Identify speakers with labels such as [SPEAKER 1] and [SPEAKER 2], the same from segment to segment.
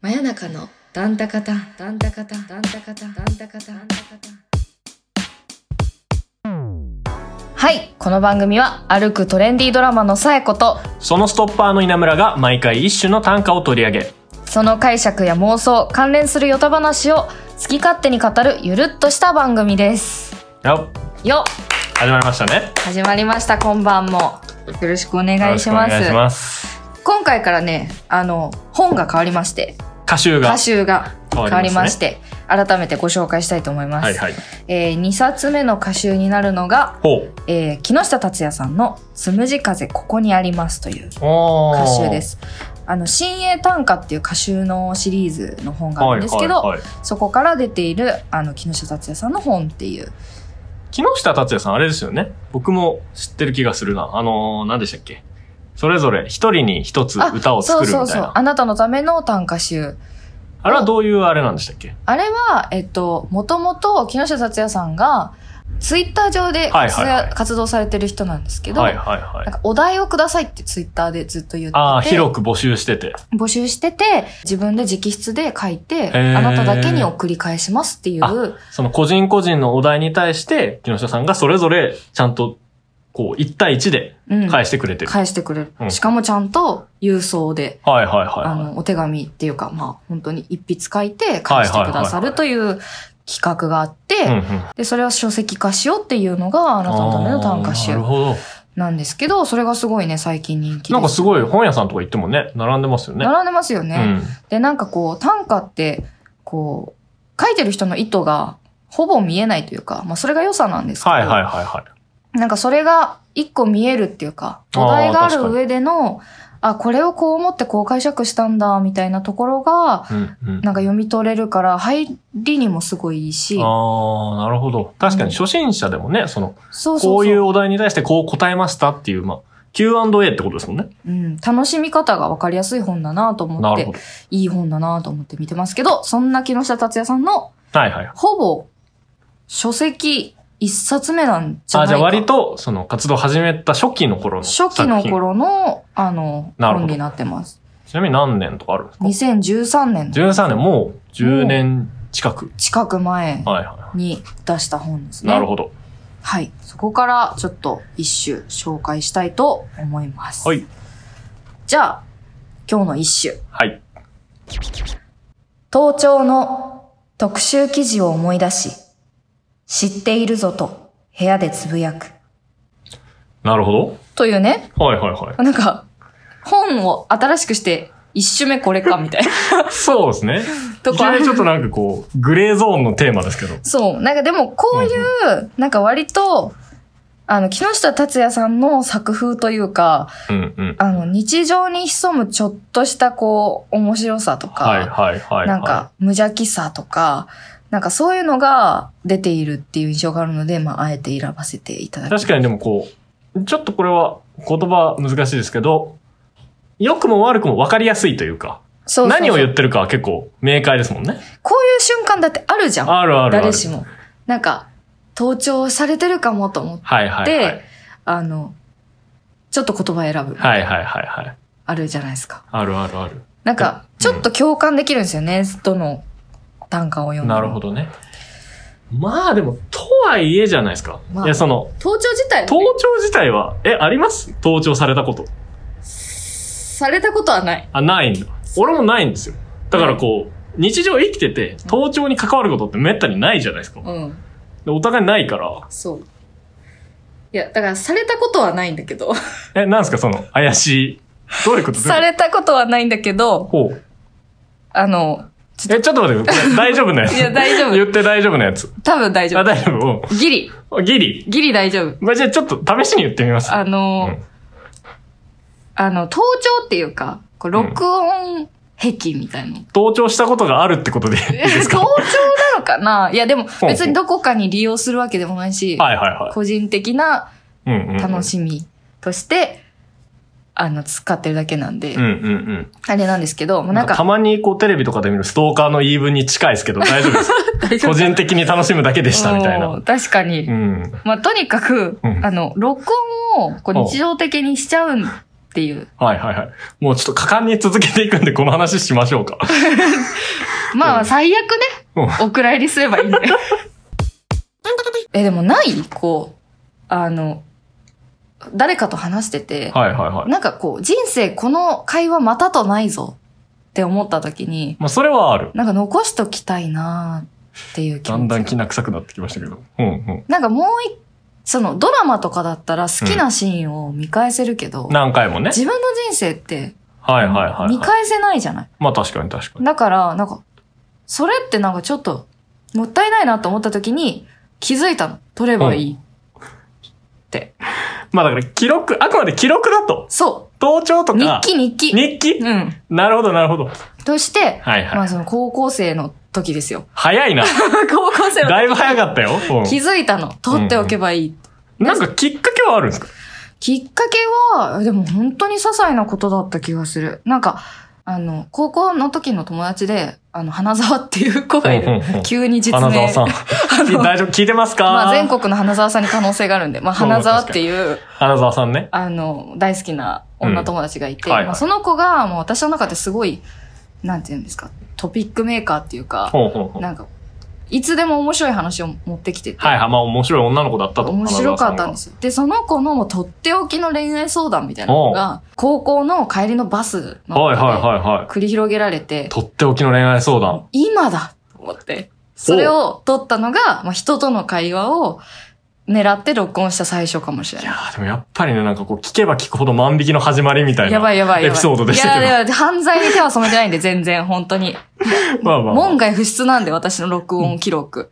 [SPEAKER 1] 真夜中のダンタカタンダンタカタンダンタカタンダンタカタンダンタカタン
[SPEAKER 2] はいこの番組は歩くトレンディードラマのさえこと
[SPEAKER 3] そのストッパーの稲村が毎回一種の短歌を取り上げ
[SPEAKER 2] その解釈や妄想関連するヨタ話を好き勝手に語るゆるっとした番組です
[SPEAKER 3] よ
[SPEAKER 2] よ
[SPEAKER 3] 始まりましたね
[SPEAKER 2] 始まりました今晩もよろしくお願いし
[SPEAKER 3] よろ
[SPEAKER 2] ま
[SPEAKER 3] くお
[SPEAKER 2] す
[SPEAKER 3] 願いします
[SPEAKER 2] 今回からねあの本が変わりまして
[SPEAKER 3] 歌集が
[SPEAKER 2] 歌集が変わりまして改めてご紹介したいと思います、
[SPEAKER 3] はいはい
[SPEAKER 2] え2冊目の歌集になるのが、
[SPEAKER 3] ほ
[SPEAKER 2] えー木下達也さんの「つむじ風ここにあります」という
[SPEAKER 3] う
[SPEAKER 2] 歌集です。あの新鋭短歌っていう歌集のシリーズの本があるんですけど、
[SPEAKER 3] はいはいはい
[SPEAKER 2] そこから出ているあの木下達也さんの本っていう
[SPEAKER 3] 木下達也さんあれですよね僕も知ってる気がするなあのー、何でしたっけそれぞれ一人に一つ歌を作るみた
[SPEAKER 2] そう
[SPEAKER 3] いなあ
[SPEAKER 2] そうそうあなたのための短歌集
[SPEAKER 3] れはどういうあれなんでしたっけ
[SPEAKER 2] あれはえっともともと木下達也さんがツイッター上で活
[SPEAKER 3] はいはいはい
[SPEAKER 2] 活動されてる人なんですけど、
[SPEAKER 3] はいはいは
[SPEAKER 2] なん
[SPEAKER 3] い
[SPEAKER 2] かお題をくださいってツイッターでずっと言ってて
[SPEAKER 3] ああ広く募集してて
[SPEAKER 2] 募集してて自分で直筆で書いて
[SPEAKER 3] ー
[SPEAKER 2] あなただけに送り返しますっていう
[SPEAKER 3] あその個人個人のお題に対して木下さんがそれぞれちゃんとこう1対1で
[SPEAKER 2] うん
[SPEAKER 3] 返してくれてる、
[SPEAKER 2] 返してくれる、
[SPEAKER 3] うん
[SPEAKER 2] しかもちゃんと郵送で、
[SPEAKER 3] はいはいはいはい
[SPEAKER 2] あのお手紙っていうかまあ本当に一筆書いて返してくださるという企画があって、
[SPEAKER 3] うんうん
[SPEAKER 2] でそれは書籍化しようっていうのがあなたのための短歌集
[SPEAKER 3] あーなるほど。
[SPEAKER 2] なんですけどそれがすごいね最近人気で
[SPEAKER 3] なんかすごい本屋さんとか行ってもね、並んでますよね。
[SPEAKER 2] 並んでますよね、
[SPEAKER 3] うん。
[SPEAKER 2] でなんかこう短歌ってこう書いてる人の意図がほぼ見えないというか、まあ、それが良さなんですけど、
[SPEAKER 3] はいはいはいはい。
[SPEAKER 2] なんかそれが一個見えるっていうか
[SPEAKER 3] あー
[SPEAKER 2] お題がある
[SPEAKER 3] 確かに
[SPEAKER 2] 上でのあこれをこう思ってこう解釈したんだみたいなところが
[SPEAKER 3] うんうん。
[SPEAKER 2] なんか読み取れるから入りにもすごいいいし
[SPEAKER 3] ああ、なるほど。確かに初心者でもね、その、
[SPEAKER 2] そうそうそう
[SPEAKER 3] こういうお題に対してこう答えましたっていう、まあ、Q&A ってことですもんね。
[SPEAKER 2] うん、楽しみ方が分かりやすい本だなと思
[SPEAKER 3] な
[SPEAKER 2] っ
[SPEAKER 3] る
[SPEAKER 2] て
[SPEAKER 3] ほど。
[SPEAKER 2] いい本だなと思って見てますけどそんな木下達也さんの
[SPEAKER 3] はいはい。
[SPEAKER 2] ほぼ書籍一冊目なんじゃな
[SPEAKER 3] あ
[SPEAKER 2] い
[SPEAKER 3] じ
[SPEAKER 2] か
[SPEAKER 3] ゃあ割と、その、活動始めた初期の頃の作
[SPEAKER 2] 初期
[SPEAKER 3] 品。
[SPEAKER 2] の。頃のあの
[SPEAKER 3] なるほ
[SPEAKER 2] 本
[SPEAKER 3] ど
[SPEAKER 2] になってます
[SPEAKER 3] ちなみに何年とかあるんですか
[SPEAKER 2] 2013年の
[SPEAKER 3] ?13 年、もう10年近く。
[SPEAKER 2] 近く前
[SPEAKER 3] はいは
[SPEAKER 2] に出した本です
[SPEAKER 3] い。
[SPEAKER 2] ね。
[SPEAKER 3] なるほど。
[SPEAKER 2] はい。そこからちょっと一首紹介したいと思います。
[SPEAKER 3] はい。
[SPEAKER 2] じゃあ、今日の一首。
[SPEAKER 3] はい。
[SPEAKER 2] 盗聴の特集記事を思い出し、知っているぞと部屋でつぶやく。
[SPEAKER 3] なるほ
[SPEAKER 2] というね、
[SPEAKER 3] ど。はいはいは
[SPEAKER 2] なんか、本を新しくして、一首目これかみたいな
[SPEAKER 3] い。そうですね。
[SPEAKER 2] と
[SPEAKER 3] いき
[SPEAKER 2] か
[SPEAKER 3] な。りちょっとなんかこう、グレーゾーンのテーマですけど。
[SPEAKER 2] そう。なんかでもこういう、なんか割と、あの、木下達也さんの作風というか、
[SPEAKER 3] うんうん。
[SPEAKER 2] あの、日常に潜むちょっとしたこう、面白さとか、
[SPEAKER 3] はいはいはい、はい。
[SPEAKER 2] なんか無邪気さとか、なんかそういうのが出ているっていう印象があるので、まあ、あえて選ばせていただき
[SPEAKER 3] 確かにでもこう、ちょっとこれは言葉難しいですけど、良くも悪くも分かりやすいというか、
[SPEAKER 2] そうそうそう
[SPEAKER 3] 何を言ってるかは結構明快ですもんね。
[SPEAKER 2] こういう瞬間だってあるじゃん。
[SPEAKER 3] あるあるある。
[SPEAKER 2] 誰しも。なんか、盗聴されてるかもと思って、
[SPEAKER 3] はいはいはい。
[SPEAKER 2] あの、ちょっと言葉選ぶ。
[SPEAKER 3] はいはいはいはい。
[SPEAKER 2] あるじゃないですか。
[SPEAKER 3] あるあるある。
[SPEAKER 2] なんか、ちょっと共感できるんですよね。どの短歌を読んでも。
[SPEAKER 3] なるほどね。まあでも、とはいえじゃないですか。
[SPEAKER 2] まあ
[SPEAKER 3] いや、その、
[SPEAKER 2] 盗聴自体
[SPEAKER 3] 盗聴自体は、え、あります盗聴されたこと。
[SPEAKER 2] されたことはない。
[SPEAKER 3] あ、ないんだ。俺もないんですよ。だからこう、日常生きてて、盗聴に関わることってめったにないじゃないですか。
[SPEAKER 2] うん。
[SPEAKER 3] でお互いないから、
[SPEAKER 2] そう。いや、だからされたことはないんだけど。
[SPEAKER 3] え、なんですかその、怪しい。どういうこと
[SPEAKER 2] されたことはないんだけど、
[SPEAKER 3] ほう。
[SPEAKER 2] あの、
[SPEAKER 3] え、ちょっと待って、これ大丈夫なやつ。
[SPEAKER 2] いや、大丈
[SPEAKER 3] 言
[SPEAKER 2] 夫。
[SPEAKER 3] って大丈夫なやつ。
[SPEAKER 2] 多分大丈
[SPEAKER 3] あ、
[SPEAKER 2] 夫。
[SPEAKER 3] 大丈夫。
[SPEAKER 2] ギリ、
[SPEAKER 3] おギリ。
[SPEAKER 2] ギリ大丈夫。
[SPEAKER 3] まあ、じゃあちょっと試しに言ってみます。
[SPEAKER 2] あの、
[SPEAKER 3] うん
[SPEAKER 2] あの、盗聴っていうか、こう録音壁みたいな。
[SPEAKER 3] 盗聴したことがあるってこと でいいです
[SPEAKER 2] 盗
[SPEAKER 3] か
[SPEAKER 2] 聴なのかないや、でも
[SPEAKER 3] う
[SPEAKER 2] 別にどこかに利用するわけでもないし、
[SPEAKER 3] はいはいは。
[SPEAKER 2] 個人的ない
[SPEAKER 3] うんうん、うん。
[SPEAKER 2] 楽
[SPEAKER 3] い。
[SPEAKER 2] しみとして、あの、使ってるだけなんで、
[SPEAKER 3] うんうんうん。
[SPEAKER 2] あれなんですけど、もうな
[SPEAKER 3] な
[SPEAKER 2] んん
[SPEAKER 3] か
[SPEAKER 2] か、
[SPEAKER 3] たまにこうテレビとかで見るストーカーの言い分に近いですけど、大丈夫 です。
[SPEAKER 2] 大
[SPEAKER 3] 個人的に楽しむだけでしたみたい
[SPEAKER 2] うん
[SPEAKER 3] な。
[SPEAKER 2] 確かに。
[SPEAKER 3] うん。
[SPEAKER 2] まあ、とにかく、
[SPEAKER 3] うん
[SPEAKER 2] あの、録音をこう
[SPEAKER 3] おう
[SPEAKER 2] 日常的にしちゃうっていう。
[SPEAKER 3] はいはいはい。もうちょっと果敢に続けていくんで、この話しましょうか。
[SPEAKER 2] ま
[SPEAKER 3] う
[SPEAKER 2] あ、
[SPEAKER 3] ん
[SPEAKER 2] 最悪
[SPEAKER 3] うん
[SPEAKER 2] ね、お蔵入りすればいいん で。え、でもないこう、あの、誰かと話してて、
[SPEAKER 3] はいはいはい。
[SPEAKER 2] なんかこう、人生この会話またとないぞって思った時に、
[SPEAKER 3] まあ、それはある。
[SPEAKER 2] なんか残しときたいなーっていう気
[SPEAKER 3] だ
[SPEAKER 2] 持
[SPEAKER 3] ん
[SPEAKER 2] ちが
[SPEAKER 3] だんきな臭くなってきましたけど。うんうん。
[SPEAKER 2] なんかもうい、そのドラマとかだったら好きなシーンを見返せるけど、
[SPEAKER 3] 何回もね。
[SPEAKER 2] 自分の人生って
[SPEAKER 3] はいはいはい、
[SPEAKER 2] 見
[SPEAKER 3] はい。
[SPEAKER 2] 返せないじゃない。
[SPEAKER 3] まあ確かに確かに。
[SPEAKER 2] だから、なんか、それってなんかちょっと、もったいないなと思った時に気づいたの。取ればいい。
[SPEAKER 3] まあだから記録、あくまで記録だと。
[SPEAKER 2] そ
[SPEAKER 3] 盗聴と
[SPEAKER 2] う。日
[SPEAKER 3] か。
[SPEAKER 2] 記日記。
[SPEAKER 3] 日記
[SPEAKER 2] うん。
[SPEAKER 3] なるほどなるほど。
[SPEAKER 2] として、
[SPEAKER 3] はいはい。
[SPEAKER 2] まあその高校生の時です よ。
[SPEAKER 3] 早いな。
[SPEAKER 2] 高校生の
[SPEAKER 3] だいぶ早かったよ。うん
[SPEAKER 2] 気づいたの。取っておけばいい。
[SPEAKER 3] なんかきっかけはあるんですか
[SPEAKER 2] きっかけは、でも本当に些細なことだった気がする。なんか、あの、高校の時の友達で、あの、花沢っていう子がい
[SPEAKER 3] うんう
[SPEAKER 2] る
[SPEAKER 3] んうん。
[SPEAKER 2] 急に実名。
[SPEAKER 3] 花沢さん。
[SPEAKER 2] の
[SPEAKER 3] 大丈夫聞いてますか、
[SPEAKER 2] まあ全国の花沢さんに可能性があるんで、まあ
[SPEAKER 3] そう
[SPEAKER 2] 花沢っていう、
[SPEAKER 3] 花沢さんね。
[SPEAKER 2] あの、大好きな女友達がいて、
[SPEAKER 3] うんはいはい
[SPEAKER 2] まあその子がもう私の中ですごい、なんて言うんですか、トピックメーカーっていうか、
[SPEAKER 3] ほうほうほう。
[SPEAKER 2] なんか、いつでも面白い話を持ってきてて、
[SPEAKER 3] はいはい。まあ面白い女の子だったと。。
[SPEAKER 2] 面白かったんですすよ。で、その子のもうとっておきの恋愛相談みたいなのが、高校の帰りのバスの
[SPEAKER 3] はいはい
[SPEAKER 2] 中で
[SPEAKER 3] はいはい。
[SPEAKER 2] 繰り広げられて、
[SPEAKER 3] とっておきの恋愛相談。
[SPEAKER 2] 今だと思って、それを撮ったのが、まあ、人との会話を狙って録音した最初かもしれ
[SPEAKER 3] い
[SPEAKER 2] な
[SPEAKER 3] や
[SPEAKER 2] い。
[SPEAKER 3] ーでもやっぱりね、なんかこう聞けば聞くほど万引きの始まりみたいな。
[SPEAKER 2] やばいやばいやばい。
[SPEAKER 3] エピソードでしたけど
[SPEAKER 2] いやいや、犯罪に手は染めてないんで、全然、本当に。
[SPEAKER 3] まあまあまあ
[SPEAKER 2] 門外不出なんで、私の録音記録。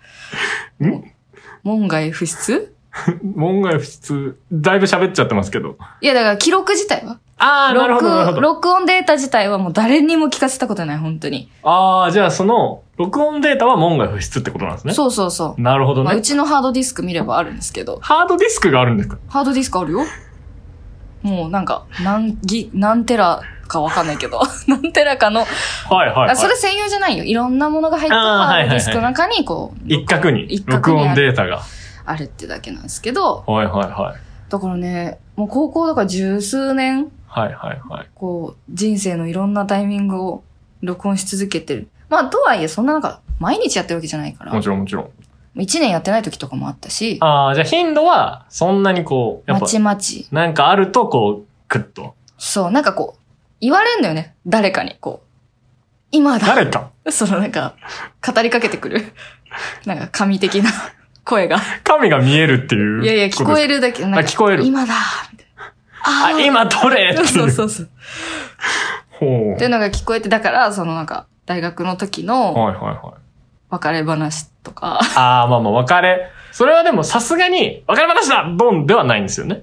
[SPEAKER 3] ん
[SPEAKER 2] 門外不出
[SPEAKER 3] 門外不出、だいぶ喋っちゃってますけど。
[SPEAKER 2] いや、だから記録自体は
[SPEAKER 3] ああ、なるほど、なるほ
[SPEAKER 2] 録
[SPEAKER 3] ど。
[SPEAKER 2] 録音データ自体はもう誰にも聞かせたことない、本当に。
[SPEAKER 3] ああ、じゃあその、録音データは門外不出ってことなんですね。
[SPEAKER 2] そうそうそう。
[SPEAKER 3] なるほど
[SPEAKER 2] まあ、う
[SPEAKER 3] ね。
[SPEAKER 2] ちのハードディスク見ればあるんですけど、
[SPEAKER 3] ハードディスクがあるんですか
[SPEAKER 2] ハードディスクあるよ。もうなんか、何ギ、何テラかわかんないけど、 何テラかの、
[SPEAKER 3] はいはい、はい。
[SPEAKER 2] あそれ専用じゃないよ。いろんなものが入った
[SPEAKER 3] あー
[SPEAKER 2] ハ
[SPEAKER 3] は
[SPEAKER 2] ー
[SPEAKER 3] いはい
[SPEAKER 2] ド
[SPEAKER 3] は
[SPEAKER 2] デ
[SPEAKER 3] い
[SPEAKER 2] ィスクの中にこう、
[SPEAKER 3] 一角に
[SPEAKER 2] 一、角
[SPEAKER 3] 録
[SPEAKER 2] にあ
[SPEAKER 3] 音
[SPEAKER 2] る
[SPEAKER 3] データが。
[SPEAKER 2] あるってだけなんですけど、
[SPEAKER 3] はいはいはい。
[SPEAKER 2] だからね、もう高校だから十数年、
[SPEAKER 3] はいはいはい。
[SPEAKER 2] こう、人生のいろんなタイミングを録音し続けてる。まあ、とはいえ、そんななんか、毎日やってるわけじゃないから
[SPEAKER 3] も、ちろんもちろん。
[SPEAKER 2] 一年やってない時とかもあったし、
[SPEAKER 3] ああ、じゃあ頻度は、そんなにこう、や
[SPEAKER 2] ま
[SPEAKER 3] っぱ、
[SPEAKER 2] ちまち。
[SPEAKER 3] なんかあるとこう、クッと。
[SPEAKER 2] そう、なんかこう、言われんのよね。誰かに、こう。今だ。
[SPEAKER 3] 誰か
[SPEAKER 2] そのなんか、語りかけてくる。 なんか、神的な 声が。
[SPEAKER 3] 神が見えるっていう。
[SPEAKER 2] いやいや、聞こえ
[SPEAKER 3] る。
[SPEAKER 2] るだけ。なん
[SPEAKER 3] あ
[SPEAKER 2] か
[SPEAKER 3] 聞こえる
[SPEAKER 2] 今だ。みたいな。
[SPEAKER 3] あ、今撮れって いう。
[SPEAKER 2] そうそうそう。
[SPEAKER 3] ほう。
[SPEAKER 2] っていうのが聞こえて、だから、そのなんか、大学の時の
[SPEAKER 3] はいはいはい。
[SPEAKER 2] 別れ話とか。
[SPEAKER 3] ああ、まあまあ、別れ。それはでもさすがに、別れ話だドンではないんですよね。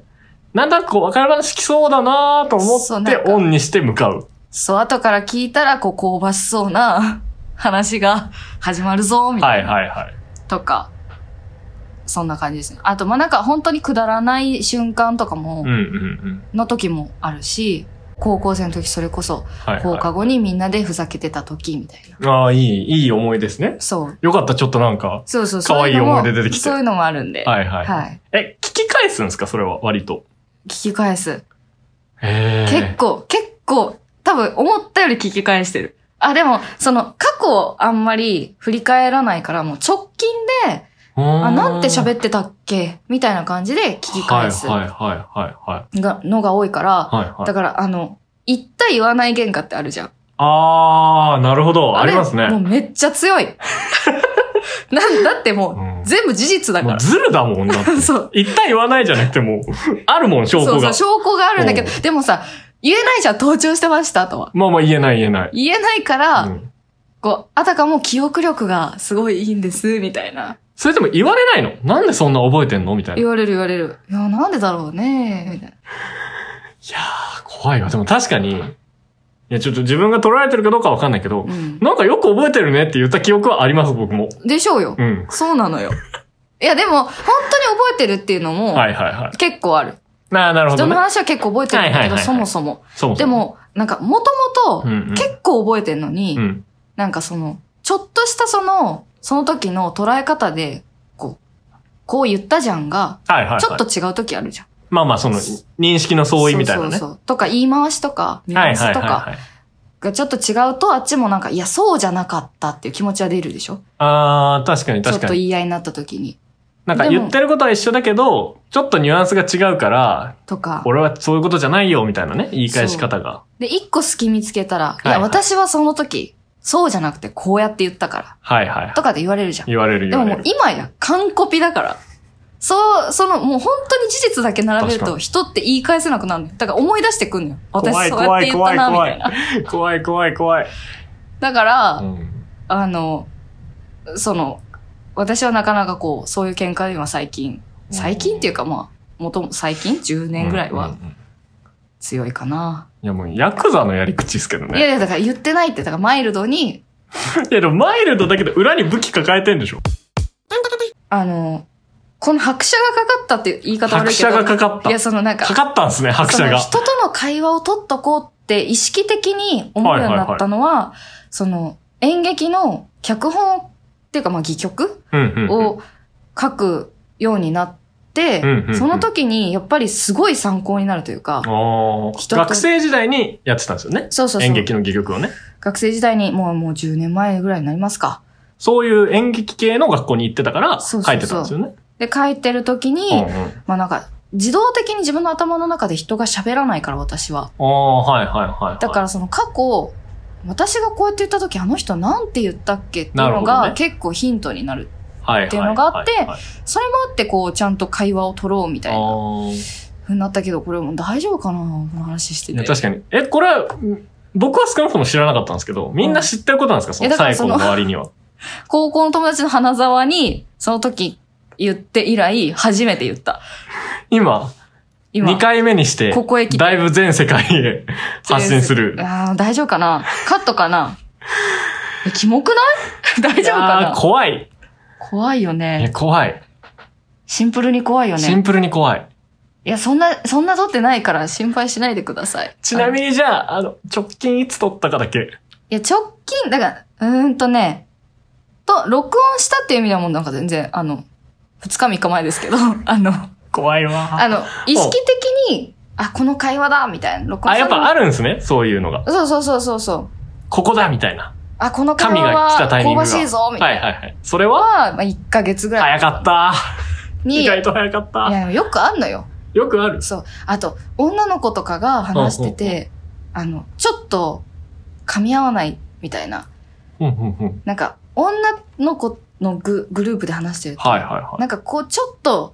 [SPEAKER 3] なんだかこう、別れ話来そうだなと思
[SPEAKER 2] そう
[SPEAKER 3] っ
[SPEAKER 2] な
[SPEAKER 3] て
[SPEAKER 2] ん、か
[SPEAKER 3] オンにして向かう。
[SPEAKER 2] そう、後から聞いたら、こう、香ばしそうな 話が始まるぞ、みたいな。
[SPEAKER 3] はいはいはい。
[SPEAKER 2] とか、そんな感じですね。あと、まあ、なんか本当にくだらない瞬間とかも
[SPEAKER 3] うんう、んうん。
[SPEAKER 2] の時もあるし、高校生の時それこそ、
[SPEAKER 3] はい、
[SPEAKER 2] 放課
[SPEAKER 3] は
[SPEAKER 2] 後にみんなでふざけてた時みたいな。
[SPEAKER 3] い。ああ、いい、いい思いですね。
[SPEAKER 2] そう。
[SPEAKER 3] よかった、ちょっとなんか。
[SPEAKER 2] そうそう、
[SPEAKER 3] 可愛い
[SPEAKER 2] そううのも
[SPEAKER 3] 思い出出てきて
[SPEAKER 2] そういうのもあるんで。
[SPEAKER 3] はいはい。
[SPEAKER 2] はい
[SPEAKER 3] え、聞き返すんですかそれは、割と。
[SPEAKER 2] 聞き返す。
[SPEAKER 3] へえ。
[SPEAKER 2] 結構、結構、多分思ったより聞き返してる。あ、でも、その、過去をあんまり振り返らないから、もう直近で、
[SPEAKER 3] 構。
[SPEAKER 2] あ、
[SPEAKER 3] あ
[SPEAKER 2] なんて喋
[SPEAKER 3] っ
[SPEAKER 2] ってたっけみたいな感じで聞き返す
[SPEAKER 3] はいはいはいはい。
[SPEAKER 2] がのが多いから、
[SPEAKER 3] はいはい
[SPEAKER 2] だ。から、あの、言った言わない喧嘩ってあるじゃん。
[SPEAKER 3] ああ、なるほど。あ
[SPEAKER 2] れ
[SPEAKER 3] りますね。
[SPEAKER 2] もう
[SPEAKER 3] も
[SPEAKER 2] めっちゃ 強い。なんだってもう、
[SPEAKER 3] うん
[SPEAKER 2] 全部事実だ
[SPEAKER 3] う
[SPEAKER 2] から。
[SPEAKER 3] ズルだもんだって。
[SPEAKER 2] そう。
[SPEAKER 3] 言った言わないじゃなくてもう、あるもん、証
[SPEAKER 2] そ
[SPEAKER 3] 拠
[SPEAKER 2] うそ
[SPEAKER 3] が
[SPEAKER 2] う、。証拠があるんだけど
[SPEAKER 3] う、
[SPEAKER 2] でもさ、言えないじゃん、盗聴してましたとは。
[SPEAKER 3] まあまあ言えない言えない。
[SPEAKER 2] 言えないから、
[SPEAKER 3] うん
[SPEAKER 2] こう、あたかも記憶力がすごいいいんです、みたいな。
[SPEAKER 3] それでも言われないのなんでそんな覚えてんのみたいな。い
[SPEAKER 2] 言
[SPEAKER 3] や
[SPEAKER 2] われる言われる。いや、なんでだろうね、みたいな。
[SPEAKER 3] ー、怖いわ。でも確かに、いや、ちょっと自分が取られてるかどうかわかんないけど、
[SPEAKER 2] うん。
[SPEAKER 3] なんかよく覚えてるねって言った記憶はあります、僕も。
[SPEAKER 2] でしょうよ。
[SPEAKER 3] うん。
[SPEAKER 2] そうな のよ。いや、でも、本当に覚えてるっていうのも、
[SPEAKER 3] はいはいはい。
[SPEAKER 2] 結構ある。
[SPEAKER 3] なあ、なるほ
[SPEAKER 2] 人
[SPEAKER 3] ど
[SPEAKER 2] の
[SPEAKER 3] ね。
[SPEAKER 2] 話は結構覚えてるんだ
[SPEAKER 3] はい
[SPEAKER 2] けど、
[SPEAKER 3] はいはいはい
[SPEAKER 2] そもそも。
[SPEAKER 3] そうそう。
[SPEAKER 2] で、も、なんか、もともと
[SPEAKER 3] うん、うん、
[SPEAKER 2] 結構覚えてんのに、
[SPEAKER 3] うん。
[SPEAKER 2] なんかその、ちょっとしたその、その時の捉え方で、こう、こう言ったじゃんが、
[SPEAKER 3] はいはいはい。
[SPEAKER 2] ちょっと違う時あるじゃん。
[SPEAKER 3] まあまあ、その、認識の相違みたいなね。
[SPEAKER 2] そうそうそうとか言い回しとか、ニュ
[SPEAKER 3] は
[SPEAKER 2] ア
[SPEAKER 3] い
[SPEAKER 2] ンス
[SPEAKER 3] はい
[SPEAKER 2] と
[SPEAKER 3] はい、
[SPEAKER 2] か
[SPEAKER 3] はい。
[SPEAKER 2] がちょっと違うと、あっちもなんか、いや、そうじゃなかったっていう気持ちは出るでしょ
[SPEAKER 3] あー、確かに
[SPEAKER 2] ちょっ
[SPEAKER 3] 確
[SPEAKER 2] と
[SPEAKER 3] か
[SPEAKER 2] 言
[SPEAKER 3] に。
[SPEAKER 2] い合いになった時に。
[SPEAKER 3] なんか
[SPEAKER 2] でも
[SPEAKER 3] 言ってることは一緒だけど、ちょっとニュアンスが違うから、
[SPEAKER 2] とか。
[SPEAKER 3] 俺はそういうことじゃないよ、みたいなね、言い返し方が。
[SPEAKER 2] で、一個隙見つけたら、い
[SPEAKER 3] は
[SPEAKER 2] や、
[SPEAKER 3] いはい
[SPEAKER 2] 私はその時、そうじゃなくてこうやって言ったから。
[SPEAKER 3] はいはいはい。
[SPEAKER 2] とかで言われるじゃん。
[SPEAKER 3] 言われ
[SPEAKER 2] で
[SPEAKER 3] る
[SPEAKER 2] も
[SPEAKER 3] 言わ
[SPEAKER 2] も
[SPEAKER 3] れ
[SPEAKER 2] う
[SPEAKER 3] る。
[SPEAKER 2] 今や完コピだから。そう、その、もう本当に事実だけ並べる
[SPEAKER 3] 確か
[SPEAKER 2] と、人って言い返せなくなるのよ。だから思い出してくんのよ。私
[SPEAKER 3] 怖い
[SPEAKER 2] そうやっ
[SPEAKER 3] 怖
[SPEAKER 2] て言っ
[SPEAKER 3] い
[SPEAKER 2] た
[SPEAKER 3] 怖い
[SPEAKER 2] な、み
[SPEAKER 3] 怖
[SPEAKER 2] たい
[SPEAKER 3] い
[SPEAKER 2] な。。
[SPEAKER 3] 怖い怖い怖い。
[SPEAKER 2] だから、
[SPEAKER 3] うん
[SPEAKER 2] あの、その、私はなかなかこう、そういう喧嘩で今最近、最近っていうかまあ、もとも最近 ?10 年ぐらい
[SPEAKER 3] うんう
[SPEAKER 2] は
[SPEAKER 3] んうん
[SPEAKER 2] 強いかな。
[SPEAKER 3] いやもう、ヤクザのやり口ですけど
[SPEAKER 2] いや
[SPEAKER 3] ね。
[SPEAKER 2] いや、だから言ってないって、だからマイルドに、
[SPEAKER 3] いやでも、マイルドだけど裏に武器抱えてんでしょ
[SPEAKER 2] あの、この拍車がかかったっていう言い方悪
[SPEAKER 3] 拍
[SPEAKER 2] いけど。
[SPEAKER 3] 車がかかっ
[SPEAKER 2] いや、
[SPEAKER 3] た。
[SPEAKER 2] そのなんか、
[SPEAKER 3] かかったんすね、拍
[SPEAKER 2] そ
[SPEAKER 3] 車
[SPEAKER 2] の
[SPEAKER 3] が。
[SPEAKER 2] 人との会話を取っとこうって意識的に思うようになったのは、その演劇の脚本っていうかまあ戯曲
[SPEAKER 3] うんうんうん。
[SPEAKER 2] を書くようになって、
[SPEAKER 3] うんうんうん
[SPEAKER 2] その時にやっぱりすごい参考になるというか、
[SPEAKER 3] あー
[SPEAKER 2] 人と
[SPEAKER 3] 学生時代にやってたんですよね。
[SPEAKER 2] そうそうそう
[SPEAKER 3] 演劇の戯曲をね。
[SPEAKER 2] 学生時代にもうもう10年前ぐらいになりますか。
[SPEAKER 3] そういう演劇系の学校に行ってたから、
[SPEAKER 2] そうそうそう
[SPEAKER 3] 書いてたんですよね。
[SPEAKER 2] で書いてる時に、
[SPEAKER 3] うんうん
[SPEAKER 2] まあなんか自動的に自分の頭の中で人が喋らないから私は。
[SPEAKER 3] ああ、はいはいはいはい。
[SPEAKER 2] だからその過去、私がこうやって言った時あの人なんて言ったっけっていうの
[SPEAKER 3] な
[SPEAKER 2] が
[SPEAKER 3] るほどね
[SPEAKER 2] 結構ヒントになる
[SPEAKER 3] ら
[SPEAKER 2] っていうのがあって
[SPEAKER 3] はいはいはい
[SPEAKER 2] それもあってこうちゃんと会話を取ろうみたい
[SPEAKER 3] あ
[SPEAKER 2] な
[SPEAKER 3] ー
[SPEAKER 2] ふうになったけどこれもう大丈夫かなこの話して
[SPEAKER 3] い
[SPEAKER 2] て
[SPEAKER 3] や確かに。え、これは、ん僕は少なくとも知らなかったんですけど、みんな知ってることなんですか、そ
[SPEAKER 2] い
[SPEAKER 3] の
[SPEAKER 2] やだからそ
[SPEAKER 3] 最後
[SPEAKER 2] の
[SPEAKER 3] の周りには。
[SPEAKER 2] 高校の友達の花沢にその時言って以来初めて言った
[SPEAKER 3] 今、
[SPEAKER 2] 今
[SPEAKER 3] 2回目にして、
[SPEAKER 2] ここへ来て
[SPEAKER 3] だいぶ全世界へ発信する。
[SPEAKER 2] あー大丈夫かなカットかなえキモくない 大丈夫か
[SPEAKER 3] いや
[SPEAKER 2] な
[SPEAKER 3] ー怖い。
[SPEAKER 2] 怖いよ
[SPEAKER 3] いや
[SPEAKER 2] ね
[SPEAKER 3] 怖い。
[SPEAKER 2] シンプルに怖いよ
[SPEAKER 3] シン
[SPEAKER 2] ね
[SPEAKER 3] プルに怖い。
[SPEAKER 2] いやそんなそんな撮ってないから心配しないでください
[SPEAKER 3] ちなみにじゃあ、あの、直近いつ撮ったかだけ。
[SPEAKER 2] いや、直近、だから、うーんとね、と、録音したっていう意味ではもうなんか全然、あの、二日三日前ですけど、 あの、
[SPEAKER 3] 怖いわ。
[SPEAKER 2] あの、意識的に、あ、この会話だ、みたいな、録音
[SPEAKER 3] あ、やっぱあ
[SPEAKER 2] る
[SPEAKER 3] るんですね、そういうのが。
[SPEAKER 2] そうそうそうそうそう。
[SPEAKER 3] ここだ、みたいな。
[SPEAKER 2] あ、この会
[SPEAKER 3] 神
[SPEAKER 2] 話
[SPEAKER 3] が来たタ
[SPEAKER 2] は
[SPEAKER 3] イ
[SPEAKER 2] 香
[SPEAKER 3] ミング
[SPEAKER 2] ば
[SPEAKER 3] が。
[SPEAKER 2] しいぞ、みたいな。
[SPEAKER 3] はいはいはい。それは、
[SPEAKER 2] は、まあ、1ヶ月ぐらい
[SPEAKER 3] 早かった。
[SPEAKER 2] に、
[SPEAKER 3] 意
[SPEAKER 2] いや
[SPEAKER 3] 外、と早かった。
[SPEAKER 2] よくあんのよ。
[SPEAKER 3] よくある。
[SPEAKER 2] そう。あと、女の子とかが話してて、あの、ちょっと、噛み合わない、みたいな。
[SPEAKER 3] うんうんうん。
[SPEAKER 2] なんか、女の子のググループで話してると、
[SPEAKER 3] はいはいはい。
[SPEAKER 2] なんかこうちょっと、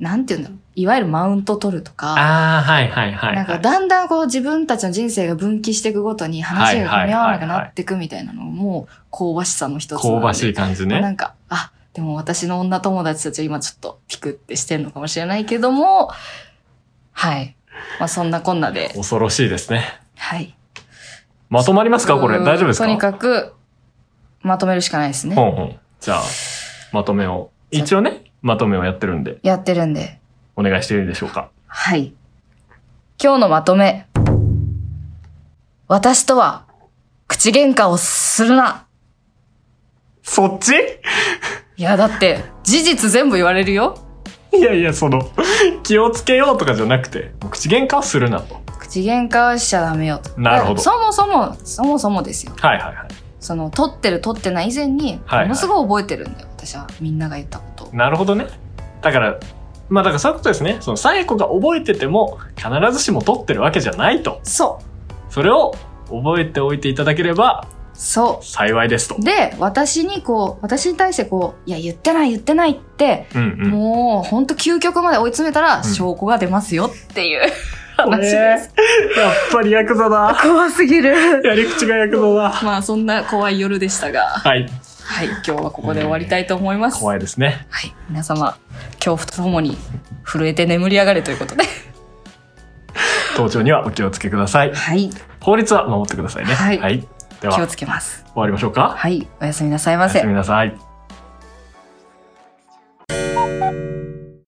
[SPEAKER 2] なんて言うんだろう。いわゆるマウント取るとか、
[SPEAKER 3] ああ、はいはいはい。
[SPEAKER 2] なんかだんだんこう自分たちの人生が分岐していくごとに話が噛み合わなくなっていくみたいなのも、香ばしさの一つなんで。
[SPEAKER 3] 香ばしい感じ
[SPEAKER 2] まあな
[SPEAKER 3] ね。
[SPEAKER 2] んか、あ、でも私の女友達たちは今ちょっとピクってしてるのかもしれないけども、はい。まあそんなこんなで、
[SPEAKER 3] 恐ろしいですね。
[SPEAKER 2] はい。
[SPEAKER 3] まとまりますかこれ。
[SPEAKER 2] うん
[SPEAKER 3] 大丈夫ですか
[SPEAKER 2] とにかく、まとめるしかないです
[SPEAKER 3] ほ
[SPEAKER 2] ね。
[SPEAKER 3] んほん。じゃあ、まとめを。一応ね、まとめをやってるんで、
[SPEAKER 2] やってるんで。
[SPEAKER 3] お願いしていいでしょうか。
[SPEAKER 2] はい。今日のまとめ。私とは、口喧嘩をするな。
[SPEAKER 3] そっち
[SPEAKER 2] いや、だって、事実全部言われるよ。
[SPEAKER 3] いやいや、その、気をつけようとかじゃなくて、もう口喧嘩をするなと。
[SPEAKER 2] 口喧嘩はしちゃダメよと。
[SPEAKER 3] なるほど
[SPEAKER 2] そもそも、そもそもですよ。
[SPEAKER 3] はいはいは
[SPEAKER 2] その、取ってる取ってない以前に、
[SPEAKER 3] はいはい
[SPEAKER 2] ものすごい覚えてるんだよ、私は。みんなが言ったことを
[SPEAKER 3] い。。なるほどね。だから、まあだからそういうことですね。その、サエコが覚えてても、必ずしも取ってるわけじゃないと。
[SPEAKER 2] そう。
[SPEAKER 3] それを覚えておいていただければ
[SPEAKER 2] そ
[SPEAKER 3] 幸いですと
[SPEAKER 2] う。。で、私にこう、私に対してこう、いや、言ってない言ってないって、
[SPEAKER 3] うんうん。
[SPEAKER 2] もう、ほんと究極まで追い詰めたら、
[SPEAKER 3] ん
[SPEAKER 2] 証拠が出ますよっていう話です。
[SPEAKER 3] えーやっぱりヤクザ だ。
[SPEAKER 2] 怖すぎる。
[SPEAKER 3] やり口がヤクザ だ。
[SPEAKER 2] まあそんな怖い夜でしたが、
[SPEAKER 3] はい。
[SPEAKER 2] はい、今日はここで終わりたいと思います。
[SPEAKER 3] 怖いですね。
[SPEAKER 2] はい、皆様、恐怖とともに震えて眠り上がれということで。
[SPEAKER 3] 盗聴にはお気をつけください。
[SPEAKER 2] はい、
[SPEAKER 3] 法律は守ってくださいね。
[SPEAKER 2] はい
[SPEAKER 3] で
[SPEAKER 2] 気を
[SPEAKER 3] は、
[SPEAKER 2] つけます。
[SPEAKER 3] 終わりましょうか。
[SPEAKER 2] はい、おやすみなさい
[SPEAKER 3] お
[SPEAKER 2] ま
[SPEAKER 3] や
[SPEAKER 2] せ
[SPEAKER 3] す。みなさい。